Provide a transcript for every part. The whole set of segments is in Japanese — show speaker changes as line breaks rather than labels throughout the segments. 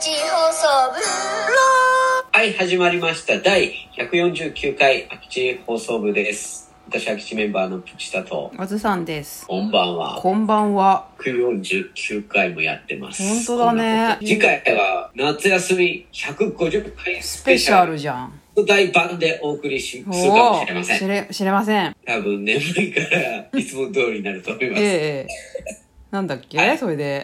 基地放送部
はい、始まりました。第149回空き地放送部です。私、空き地メンバーのプチタと、
あずさんです。
こんばんは。
こんばんは。
149回もやってます。
本当だね
こんなこと次回は、夏休み150回ス
ス
ペ
ペ
シ
シ
ャ
ャ
ル
ルじゃん。
の大版でお送りしするかも
お
しれませ
知
ん。
れ、知れません。
多分眠いから、いつも通りになると思います。
ええなんだっけ、
はい
それで。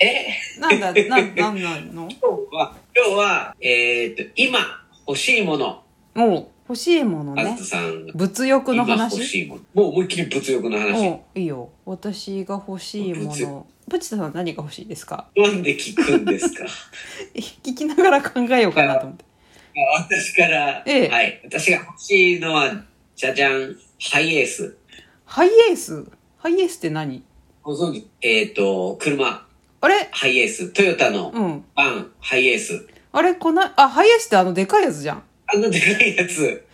え
なんだ、 なん、なんなんの
今日は、今日は、えーっと、今欲しいもの、
もう、欲しいもの
あ
ね
ず。さんが
物欲の
今欲
話
しいもの。もう思いっきり物欲の話。
おいいよ。私が欲しいも
物
の。プチタさんは何が欲しいですか
なんで聞くんですか
聞きながら考えようかなと思って。
私から、
ええ
はい。私が欲しいのは、じゃじゃん、ハイエース。
ハイエースハイエースって何
ご存知えっ、と、車、
あれ
ハイエース。トヨタの
うん。
バン、ハイエース。
あれこな、あ、ハイエースってあのでかいやつじゃん。
あのでかいやつ。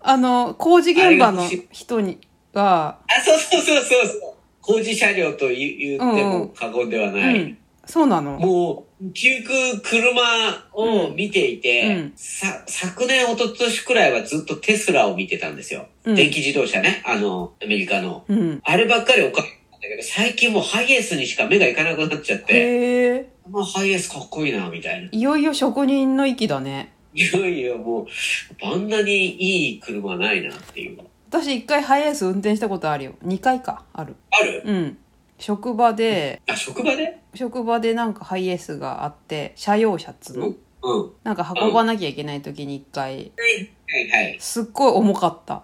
あの、工事現場の人に、が、
あ、そうそうそうそうそう。工事車両と言言っても過言ではない。
うん。そうなの
もう、急く車を見ていて、
うん
さ、昨年、一昨年くらいはずっとテスラを見てたんですよ。
うん
電気自動車ね。あの、アメリカの。
うん。
あればっかりおかしかったけど、最近もうハイエースにしか目がいかなくなっちゃって、
へえ。
まあハイエースかっこいいな、みたいな。
いよいよ職人の域だね。
いやいや、もう、あんなにいい車ないなっていう。
私一回ハイエース運転したことあるよ。二回か、ある。
ある
うん。職場で、
あ、職場で
職場でなんかハイエースがあって、車用車っつう
う
の
ん。うん。
なんか運ばなきゃいけない時に一回、
はいはい。
すっごい重かった。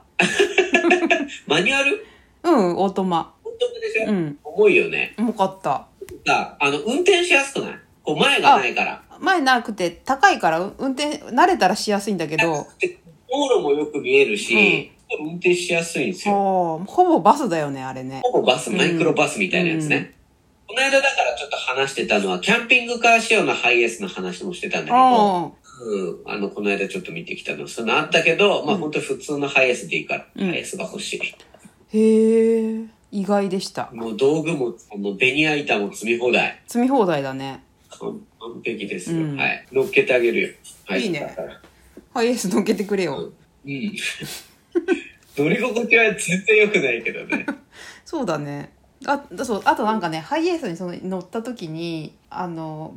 マニュアル
うん、オートマ。
本当でしょ、
うん、
重いよね。
重かった。
さあ、あの、運転しやすくないこう前がないから。
前なくて高いから運転、慣れたらしやすいんだけど、
で道路もよく見えるし、運転しやすいんですよ。
そう、ほぼバスだよね、あれね。
ほぼバス、マイクロバスみたいなやつね。
うん
この間だからちょっと話してたのは、キャンピングカー仕様のハイエースの話もしてたんだけど、
あ
うん、あの、この間ちょっと見てきたの、そのあったけど、まあ
うん
本当普通のハイエースでいいから、
うん
ハイエースが欲しい。
あ、へえ、意外でした。
もう道具も、もうベニヤ板も積み放題。
積み放題だね。
完完璧ですよ、
うん
はい。乗っけてあげるよ。はい。
いいね
だから
ハイエース乗っけてくれよ。
うん。 乗り心地は全然良くないけどね。
そうだねあだそうあとなんかねハイエースにその乗った時にあの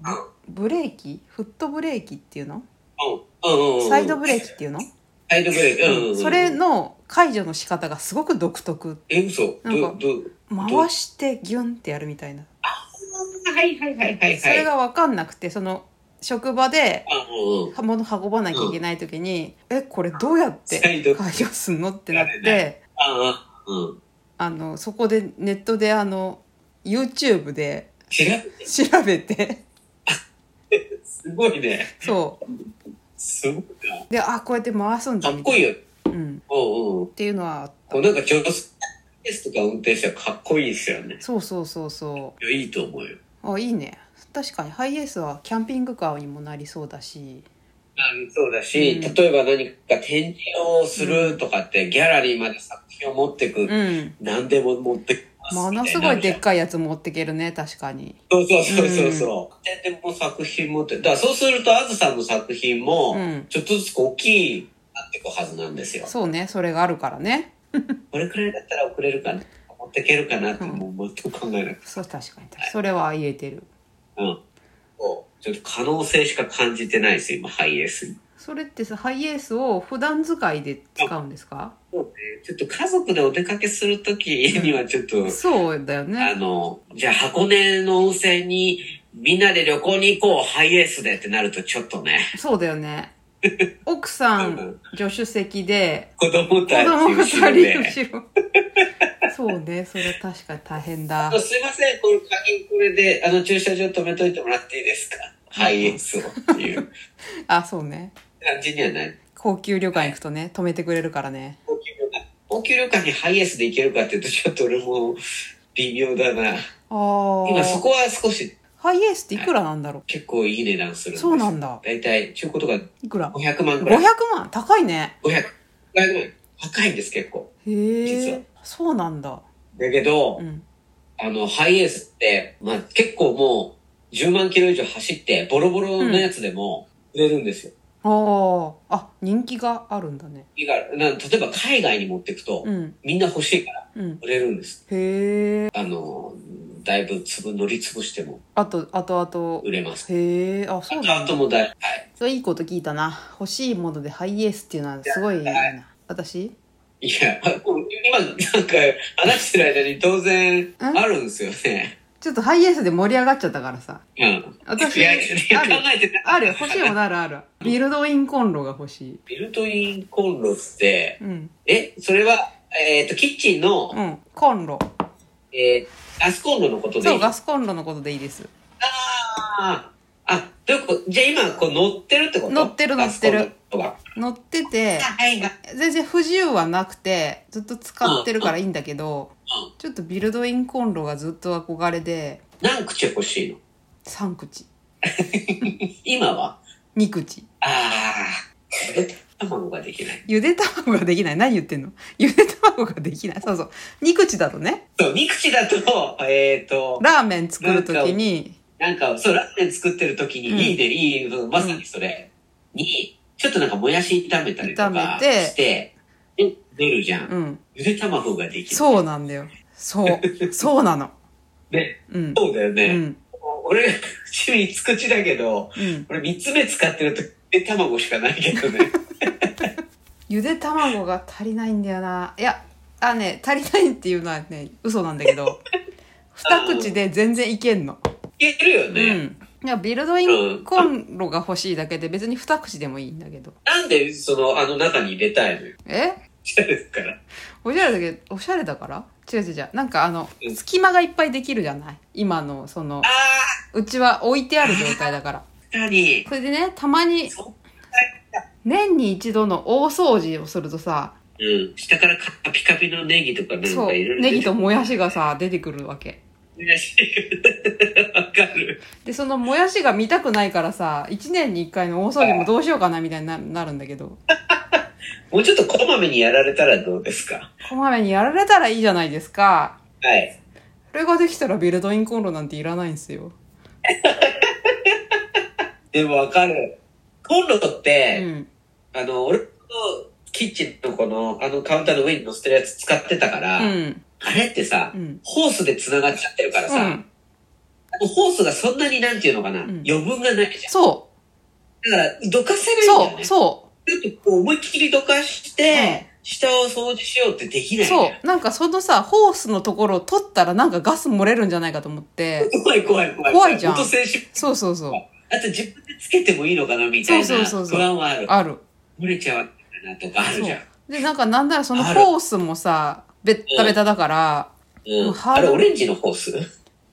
ブブレーキフットブレーキっていうの
うんうんうんうん。
サイドブレーキっていうの、
サイドブレーキ。うんうんうん。
それの解除の仕方がすごく独特
え、嘘
なん
ど、
か
ど、
回してギュンってやるみたいな、
はいはいはいはいはい。
それが分かんなくてその職場で
あ、うんうん。
物運ばなきゃいけない時に、えこれどうやっ
サ
て
イド
解除すんのってなっ
やる
て
ああ、うん。
あのそこでネットであの YouTube で
違う。
調べて
すごいね。
そう
すごいな。
であこうやって回すんだ
かっ
みた
こ
い
いいよ。
な。うん
うんうん。
っていうのはあっ
こうなんか女性ですとか運転したらかっこいいですよね。
そうそうそうそ
いや、いいと思うよ。
うあいいね確かにハイエースはキャンピングカーにもなりそうだし
あそうだし、
うん
例えば何か展示をするとかって、ギャラリーまで作品を持ってく。
うん
何でも持ってきます
ものす
みた
ご
ない
でっかいやつ持ってけるね確かに
そうそうそうそうそう。で、でも作品持って、だからそうすると、あずさんの作品も
うん、
ちょっとずつこう大きいなっていくはずなんですよ。
そうねそれがあるからね
これくらいだったら送れるかな、持っていけるかなって、もう全く考えなくて。
そう確かに確かにそれは言えてる
うん。そうちょっと可能性しか感じてないです、今、ハイエースに。
それってさハイエースを普段使いで使うんですか
そうね。ちょっと家族でお出かけするときにはちょっと、
そうだよ
あ
ね
の、じゃあ箱根の温泉にみんなで旅行に行こう、ハイエースでってなるとちょっとね、
そうだよ ね奥さ
うん
ん助手席で
子供
子
たち
供二人
後ろで。
後ろそうねそれ確かに大変だ
あのすいません、これ鍵これで、あの、駐車場止めといてもらっていいですかハイエースをっていう
あそうね
感じにはない。
高級旅館行くとね止めてくれるからね
高級旅館。高級旅館にハイエースで行けるかっていうと、ちょっと俺も微妙だな。
ああ
今そこは少し
ハイエースっていくらなんだろ
結構いい値段するん
う
です
そうなんだ
だいたい中古とか
いくら
500万ぐ
500
らい。
万高いね
500。500万。高いんです、結構。
へ
実は
えそうなんだ
だけど、
うん
あの、ハイエースって、まあ、結構もう、 10万キロ以上走って、ボロボロのやつでも売れるんですよ。
あああ人気があるんだね
いいからな例えば海外に持っていくと、
うん
みんな欲しいから
うん
売れるんです。
へえ
あの、だいぶ粒乗り潰しても
あとあとあと
売れます。
へえあ
あ
そう
と、
なん
あ
だ
ともだい、はい。
それいいこと聞いたな欲しいものでハイエースっていうのはすごいいいな私
いや、今なんか話してる間に当然あるんですよね。
ちょっとハイエースで盛り上がっちゃったからさ
うん。
私
いや、いや
あ
考
る
えてない。
ある欲しいものあるあるビルドインコンロが欲しい
ビルトインコンロって、
うん
え、それは、えっ、と、キッチンの、
うんコンロ
えーガスコンロのことでい
そう
い
ガスコンロのことでいいです
あーあ、どういうことじゃあ今、こう乗ってるってこと
乗ってる乗ってる
ガスコンロが
乗ってて
はいはい。
全然不自由はなくてずっと使ってるからいいんだけ
う
ど
ん
ちょっとビルドインコンロがずっと憧れで
何口欲しいの
3口
今は
2口
ああ、ゆで卵ができない。
ゆで卵ができない何言ってんのゆで卵ができないそうそう2口だとね
そう、2口だと、えっ、と、
ラーメン作る時に
なんか、そう、ラーメン作ってる時に、
うん
いいね、いい、まさにそれ、に、ちょっとなんかもやし炒めたりと
炒
か
めて
して、で、出るじゃん。
うん
ゆで卵ができる。
そうなんだよそうそう なの
ね、
うん
そうだよ
う
ね。
ん
俺、うち3つ口だけど、
うん
俺3つ目使ってると、ゆで卵しかないけど ね。
ゆで卵が足りないんだよないやあね足りないっていうのはね嘘なんだ けど二口で全然いけんの
いけるよね。
うん、いやビルドインコンロが欲しいだけで別に二口でもいいんだけど
なんで、その、あの中に入れたいのよ。
え
下ですから。
おしゃれだけどおしゃれだから違う違う違うなんかあの
うん
隙間がいっぱいできるじゃない今のその
あ
うちは置いてある状態 だから
あ、確かに。
それでねたまに
そ
年に一度の大掃除をするとさ
うん。下からカピカピのネギとかなん
そう
かいろいろ。
ネ ギと。もやしがさ出てくるわけ
わかる。
でそのもやしが見たくないからさ1年に1回の大掃除もどうしようかなみたいにななるんだけど
もうちょっとこまめにやられたらどうですか
こまめにやられたらいいじゃないですか
はい。
それができたらビルドインコンロなんていらないんですよ。
でもわかる。コンロとっ
う
て、
ん。
あの、俺のキッチンのこの、あのカウンターの上に乗せてるやつ使ってたか
う
ら、
ん。
あれってさ、
うん。
ホースで繋がっちゃってるから
う
さ、
ん。
ホースがそんなになんていうのかな、
ん
余分がないじゃ
そ
ん。だから、どかせ
う。
ないんだよ
そ
ね。
う。そ
ちょっとこう思いっきりどかして、下を掃除しようってでき
う。
ない。
そう。なんかそのさ、ホースのところを取ったらなんかガス漏れるんじゃないかと思って。
怖い怖い怖い。
怖いじゃん
元選手。
そうそうそう。
あと自分でつけてもいいのかなみたい
そうそ
な
うそうそう
不安はある。
ある。
漏れちゃうかなとかある
そ
じゃん。
う。で、なんかなんならその
ある
ホースもさ、ベッタベタだから、
うん。
ハー
あ
ド
れ
ル
オレンジのホース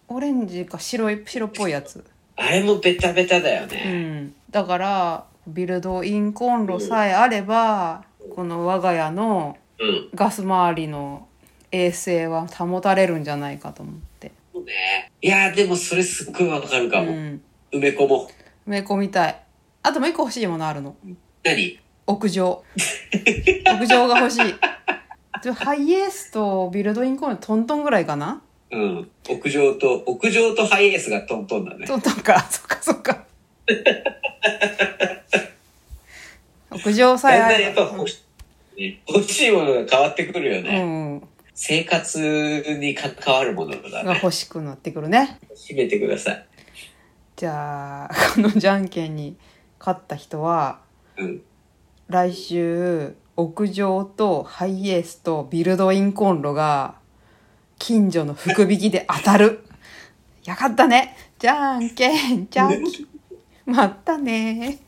オレンジか白い、白っぽいやつ。
あれもベタベタだよ
う
ね。
ん。だから、ビルドインコンロさえあれば、この我が家の
うん。
ガス周りの衛生は保たれるんじゃないかと思って。
そうね。いやーでもそれすっごいわかるか
う
も。
ん。
埋め込もう。
埋め込みたい。あともう一個欲しいものあるの。
何
屋上。 屋上が欲しい。でハイエースとビルドインコーントントンぐらいかな
うん。屋上と、屋上とハイエースがトントンだね。
トントンか。 そっかそ っか。屋上さえ
だんだん
あ
やっ
れ
ぱ
ば。
欲し,、ね、欲しいものが変わってくるよ
う
ね。
ん。
生活に関わるものだ
が
ね。
欲しくなってくるね。
閉めてください。
じゃあ、このじゃんけんに勝った人は、
うん。
来週屋上とハイエースとビルドインコンロが近所の福引きで当たる やかったねじゃんけんじゃんけんまったね